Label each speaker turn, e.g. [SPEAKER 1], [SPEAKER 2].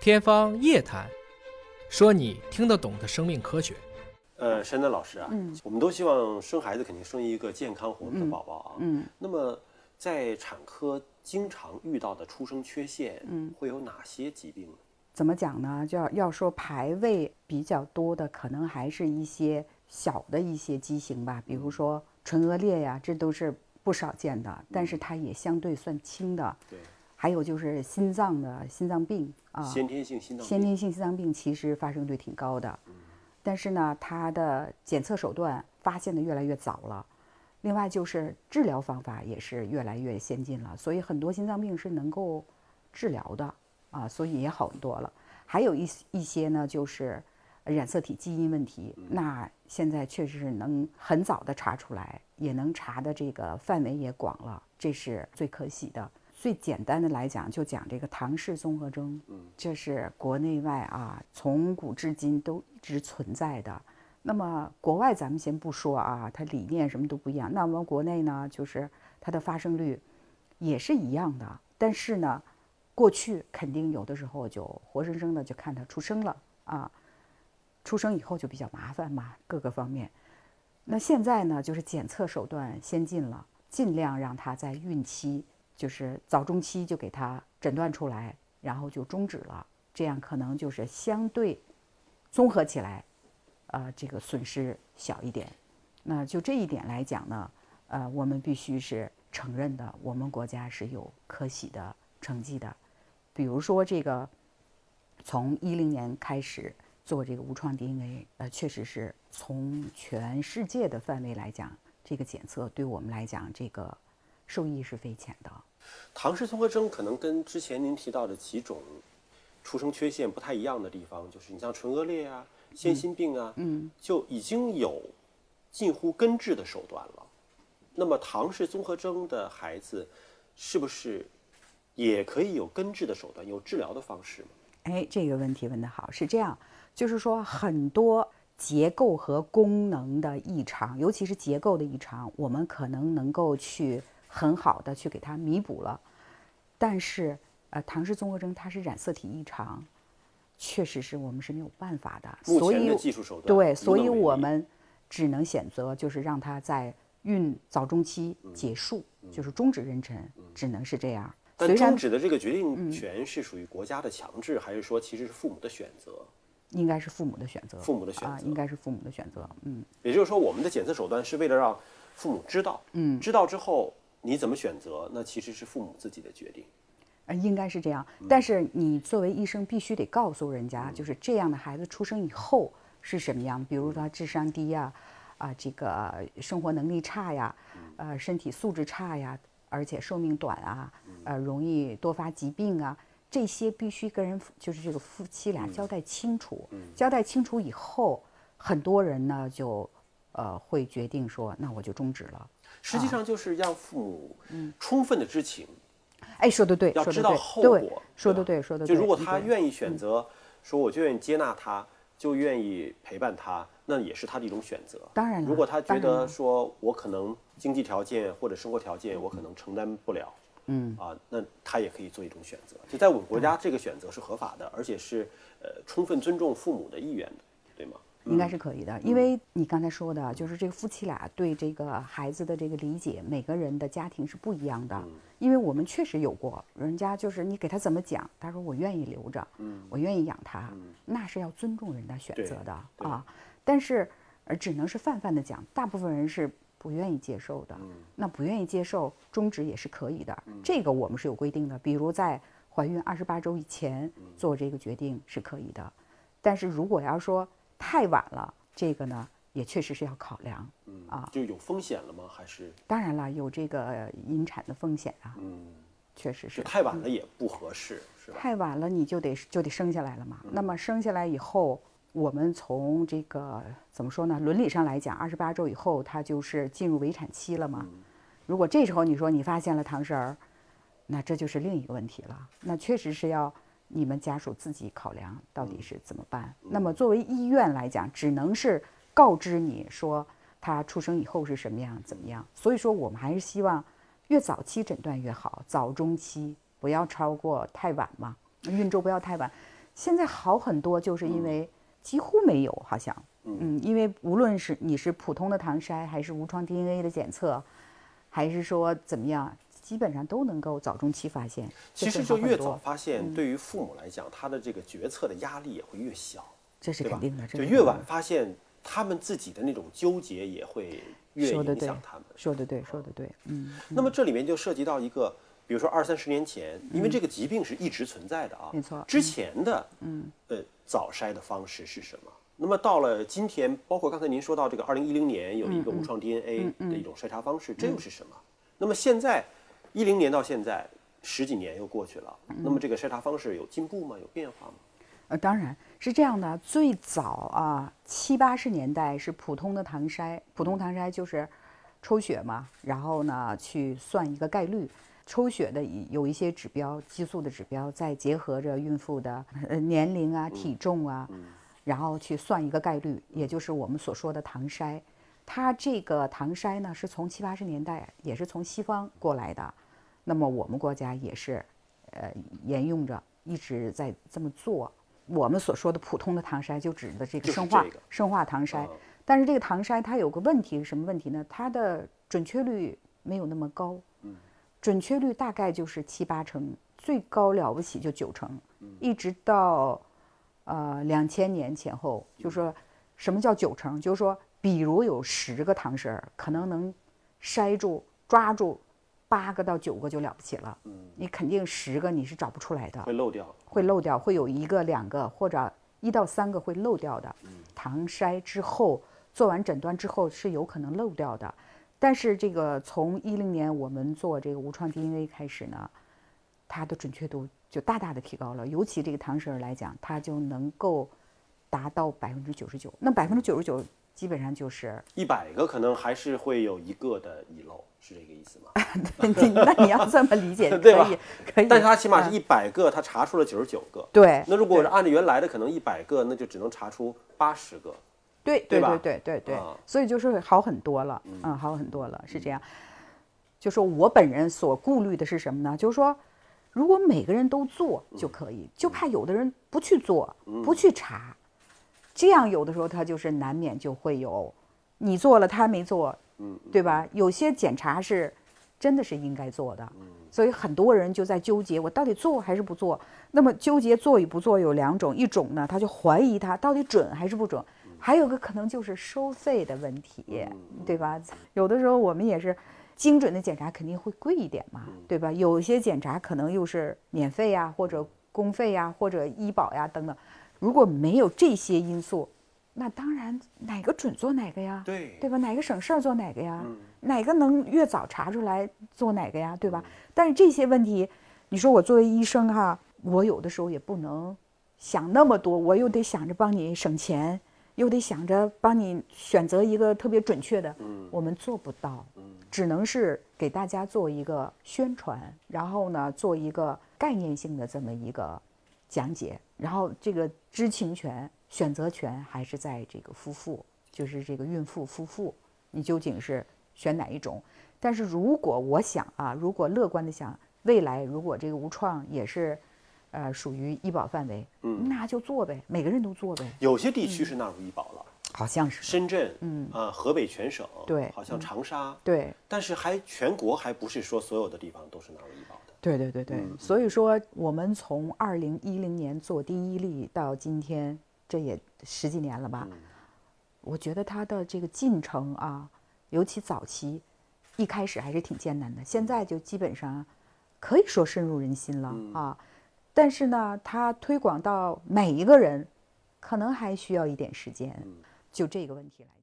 [SPEAKER 1] 天方夜谭，说你听得懂的生命科学。
[SPEAKER 2] 呃，山丹老师啊，
[SPEAKER 3] 嗯
[SPEAKER 2] 我们都希望生孩子肯定生一个健康活泼的宝宝啊。
[SPEAKER 3] 嗯
[SPEAKER 2] 那么在产科经常遇到的出生缺陷，嗯，会有哪些疾病呢？
[SPEAKER 3] 怎么讲呢？就要要说排位比较多的，可能还是一些小的一些畸形吧，比如说唇腭裂呀，这都是不少见的，但是它也相对算轻的。
[SPEAKER 2] 对，
[SPEAKER 3] 还有就是心脏的心脏病啊，
[SPEAKER 2] 先天性心脏
[SPEAKER 3] 先
[SPEAKER 2] 病。
[SPEAKER 3] 天性心脏病其实发生率挺高的，但是呢，它的检测手段发现的越来越早了，另外就是治疗方法也是越来越先进了，所以很多心脏病是能够治疗的啊，所以也好很多了。还有一些一些呢，就是染色体基因问题，
[SPEAKER 2] 嗯
[SPEAKER 3] 那现在确实是能很早的查出来，也能查的这个范围也广了，这是最可喜的。最简单的来讲，就讲这个唐氏综合征，这是国内外啊从古至今都一直存在的。那么国外咱们先不说啊，它理念什么都不一样。那么国内呢，就是它的发生率也是一样的，但是呢，过去肯定有的时候就活生生的就看它出生了啊，出生以后就比较麻烦嘛，各个方面。那现在呢，就是检测手段先进了，尽量让它在孕期，就是早中期就给它诊断出来，然后就终止了，这样可能就是相对综合起来，呃，这个损失小一点。那就这一点来讲呢，呃，我们必须是承认的，我们国家是有可喜的成绩的。比如说这个，从一零年开始做这个无创 DNA，呃，确实是从全世界的范围来讲，这个检测对我们来讲，这个受益是匪浅的。
[SPEAKER 2] 唐氏综合征可能跟之前您提到的几种出生缺陷不太一样的地方，就是你像唇腭裂啊、先心病啊，嗯，就已经有近乎根治的手段了。那么唐氏综合征的孩子，是不是也可以有根治的手段，有治疗的方式吗？
[SPEAKER 3] 哎，这个问题问得好，是这样，就是说很多结构和功能的异常，尤其是结构的异常，我们可能能够去很好的去给它弥补了，但是呃，唐氏综合征它是染色体异常，确实是我们是没有办法的，
[SPEAKER 2] 目
[SPEAKER 3] 所
[SPEAKER 2] 前
[SPEAKER 3] 以
[SPEAKER 2] 的技术手段
[SPEAKER 3] 对，所
[SPEAKER 2] 无
[SPEAKER 3] 以
[SPEAKER 2] 能为力
[SPEAKER 3] 我们只能选择就是让它在孕早中期
[SPEAKER 2] 嗯
[SPEAKER 3] 结束，就是终止妊娠，只能是这样。
[SPEAKER 2] 但
[SPEAKER 3] 虽然嗯
[SPEAKER 2] 终止的这个决定权是属于国家的强制，还是说其实是父母的选择？
[SPEAKER 3] 应该是父母的选择，
[SPEAKER 2] 父母的选
[SPEAKER 3] 啊，
[SPEAKER 2] 择
[SPEAKER 3] 应该是父母的选择，嗯。
[SPEAKER 2] 也就是说，我们的检测手段是为了让父母知道，嗯，知道之后你怎么选择，那其实是父母自己的决定。
[SPEAKER 3] 呃，应该是这样。
[SPEAKER 2] 嗯
[SPEAKER 3] 但是你作为医生，必须得告诉人家，就是这样的孩子出生以后是什么样，比如说他智商低呀、啊，这个生活能力差呀，
[SPEAKER 2] 嗯
[SPEAKER 3] 呃，身体素质差呀，而且寿命短啊，
[SPEAKER 2] 嗯
[SPEAKER 3] 呃，容易多发疾病啊，这些必须跟人夫就是这个夫妻俩
[SPEAKER 2] 嗯
[SPEAKER 3] 交代清楚。交代清楚以后，很多人呢就呃会决定说，那我就终止了。
[SPEAKER 2] 实际上就是让父母
[SPEAKER 3] 嗯
[SPEAKER 2] 充分的知情，
[SPEAKER 3] 哎，说的对，
[SPEAKER 2] 要
[SPEAKER 3] 说的
[SPEAKER 2] 知道
[SPEAKER 3] 对，
[SPEAKER 2] 后
[SPEAKER 3] 对
[SPEAKER 2] 果。
[SPEAKER 3] 说
[SPEAKER 2] 对
[SPEAKER 3] 的
[SPEAKER 2] 吧
[SPEAKER 3] 对，说的
[SPEAKER 2] 就
[SPEAKER 3] 对。
[SPEAKER 2] 如果
[SPEAKER 3] 你
[SPEAKER 2] 他
[SPEAKER 3] 对
[SPEAKER 2] 愿意选择，说我就愿意接纳他，就愿意陪伴他，那也是他的一种选择。
[SPEAKER 3] 当然了
[SPEAKER 2] 如果他觉
[SPEAKER 3] 当然嗯
[SPEAKER 2] 得
[SPEAKER 3] 了
[SPEAKER 2] 说我可能经济条件或者生活条件我可能承担不了，嗯啊，那他也可以做一种选择。就在我们国家，这个选择是合法的，而且是呃充分尊重父母的意愿的，对吗？
[SPEAKER 3] 应该是可以的，
[SPEAKER 2] 嗯
[SPEAKER 3] 因为你刚才说的，啊就是这个夫妻俩对这个孩子的这个理解，每个人的家庭是不一样
[SPEAKER 2] 嗯
[SPEAKER 3] 的。因为我们确实有过，人家就是你给他怎么讲，他说我愿意留着，我愿意养他，那是要尊重人家选择的
[SPEAKER 2] 嗯对
[SPEAKER 3] 啊。但是，呃，只能是泛泛的讲，大部分人是不愿意接受
[SPEAKER 2] 嗯
[SPEAKER 3] 的。那不愿意接受终止也是可以的，这个我们是有规定的，比如在怀孕二十八周以前
[SPEAKER 2] 嗯
[SPEAKER 3] 做这个决定是可以的。但是如果要说太晚了，这个呢也确实是要考量。
[SPEAKER 2] 嗯啊，就有风险了吗？还是
[SPEAKER 3] 当然了，有这个呃引产的风险啊，
[SPEAKER 2] 嗯，
[SPEAKER 3] 确实。
[SPEAKER 2] 就是太晚了也不合适，是吧？
[SPEAKER 3] 太晚了，你就得就得生下来了嘛。那么生下来以后，我们从这个怎么说呢？伦理上来讲，二十八周以后，它就是进入围产期了嘛。如果这时候你说你发现了唐氏儿，那这就是另一个问题了。那确实是要你们家属自己考量到底是怎么办。那么作为医院来讲，只能是告知你说他出生以后是什么样怎么样。所以说，我们还是希望越早期诊断越好，早中期不要超过太晚嘛，孕周不要太晚。现在好很多，就是
[SPEAKER 2] 嗯
[SPEAKER 3] 因为几乎没有，好像，嗯，因为无论是你是普通的唐筛，还是无创 DNA 的检测，还是说怎么样，基本上都能够早中期发现。
[SPEAKER 2] 其
[SPEAKER 3] 这
[SPEAKER 2] 实
[SPEAKER 3] 更
[SPEAKER 2] 就
[SPEAKER 3] 好很
[SPEAKER 2] 越
[SPEAKER 3] 多嗯
[SPEAKER 2] 早，发现，对于父母来讲，他的这个决策的压力也会越小，
[SPEAKER 3] 这是
[SPEAKER 2] 对
[SPEAKER 3] 肯
[SPEAKER 2] 吧
[SPEAKER 3] 定的。？这
[SPEAKER 2] 就是越
[SPEAKER 3] 肯定
[SPEAKER 2] 晚
[SPEAKER 3] 的
[SPEAKER 2] 发现，他们自己的那种纠结也会越
[SPEAKER 3] 说得
[SPEAKER 2] 影
[SPEAKER 3] 对
[SPEAKER 2] 响他们。
[SPEAKER 3] 说的对，说的对，嗯，
[SPEAKER 2] 那么这里面就涉及到一个，比如说二三十年前，因为这个疾病是一直存在的啊，
[SPEAKER 3] 嗯没错
[SPEAKER 2] 之前的，嗯，呃，早筛的方式是什么？那么到了今天，包括刚才您说到这个二零一零年有
[SPEAKER 3] 嗯
[SPEAKER 2] 一个无创 DNA 的一种筛查方式，这又是什么？那么现在一零年到现在十几年又过去了，
[SPEAKER 3] 嗯
[SPEAKER 2] 那么这个筛查方式有进步吗？有变化吗？
[SPEAKER 3] 呃，当然是这样的。最早啊，七八十年代是普通的唐筛，普通唐筛就是抽血嘛，然后呢去算一个概率。抽血的一有一些指标，激素的指标，再结合着孕妇的呃年龄啊、体重啊，然后去算一个概率，
[SPEAKER 2] 嗯
[SPEAKER 3] 也就是我们所说的唐筛。它这个唐筛呢，是从七八十年代也是从西方过来的，那么我们国家也是，呃，沿用着一直在这么做。我们所说的普通的唐筛，就指的这
[SPEAKER 2] 就
[SPEAKER 3] 个
[SPEAKER 2] 是
[SPEAKER 3] 生化、
[SPEAKER 2] 这个
[SPEAKER 3] 生化唐筛。
[SPEAKER 2] 啊
[SPEAKER 3] 但是这个唐筛它有个问题是什么问题呢？它的准确率没有那么高，
[SPEAKER 2] 嗯
[SPEAKER 3] 准确率大概就是七八成，最高了不起就九成，
[SPEAKER 2] 嗯
[SPEAKER 3] 一直到呃两千年前后，就说什么叫九成？就是说，比如有十个唐筛儿，可能能筛住抓住八个到九个就了不起了，你肯定十个你是找不出来的
[SPEAKER 2] 会。漏掉？
[SPEAKER 3] 会漏掉，会有一个、两个或者一到三个会漏掉
[SPEAKER 2] 嗯
[SPEAKER 3] 的。唐筛之后做完诊断之后是有可能漏掉的，但是这个从一零年我们做这个无创 DNA 开始呢，它的准确度就大大的提高了，尤其这个唐筛儿来讲，它就能够达到百分之九十九。那百分之九十九基本上就是
[SPEAKER 2] 一百个可能还是会有一个的遗漏，是这个意思 吗？
[SPEAKER 3] 你，那你要这么理解可
[SPEAKER 2] 对吧
[SPEAKER 3] 以，可以。
[SPEAKER 2] 但是它起码
[SPEAKER 3] 嗯
[SPEAKER 2] 是一百个，它查出了九十九个。
[SPEAKER 3] 对
[SPEAKER 2] 那如果是按照原来的，可能一百个，那就只能查出八十个。
[SPEAKER 3] 对
[SPEAKER 2] 对吧
[SPEAKER 3] 对对对对，
[SPEAKER 2] 啊
[SPEAKER 3] 所以就是好很多了，嗯，好很多了，是这样。就说我本人所顾虑的是什么呢？就是说，如果每个人都做就可以，就怕有的人不去做，不去查，这样有的时候他就是难免就会有你做了他没做，
[SPEAKER 2] 嗯，
[SPEAKER 3] 对吧？有些检查是真的是应该做的，所以很多人就在纠结，我到底做还是不做？那么纠结做与不做有两种，一种呢，他就怀疑它到底准还是不准，还有个可能就是收费的问题，对吧？有的时候我们也是。精准的检查肯定会贵一点嘛，对吧？有一些检查可能又是免费呀，或者公费呀，或者医保呀等等。如果没有这些因素，那当然哪个准做哪个呀？
[SPEAKER 2] 对
[SPEAKER 3] 对吧？哪个省事儿做哪个呀？哪个能越早查出来做哪个呀？对吧？但是这些问题，你说我作为医生哈，我有的时候也不能想那么多，我又得想着帮你省钱，又得想着帮你选择一个特别准确的，我们做不到，只能是给大家做一个宣传，然后呢，做一个概念性的这么一个讲解，然后这个知情权、选择权还是在这个夫妇，就是这个孕妇、夫妇，你究竟是选哪一种？但是如果我想啊，如果乐观的想，未来如果这个无创也是，呃，属于医保范围，那就做呗，每个人都做呗，
[SPEAKER 2] 有些地区是纳入医保了，
[SPEAKER 3] 好像是
[SPEAKER 2] 深圳，嗯，啊，河北全省，
[SPEAKER 3] 对
[SPEAKER 2] 好像长沙，
[SPEAKER 3] 对。
[SPEAKER 2] 但是还全国还不是说所有的地方都是纳入医保的。
[SPEAKER 3] 对对对对，所以说我们从二零一零年做第一例到今天，这也十几年了吧？我觉得它的这个进程啊，尤其早期，一开始还是挺艰难的，现在就基本上可以说深入人心了、啊。但是呢，它推广到每一个人，可能还需要一点时间。就这个问题来讲。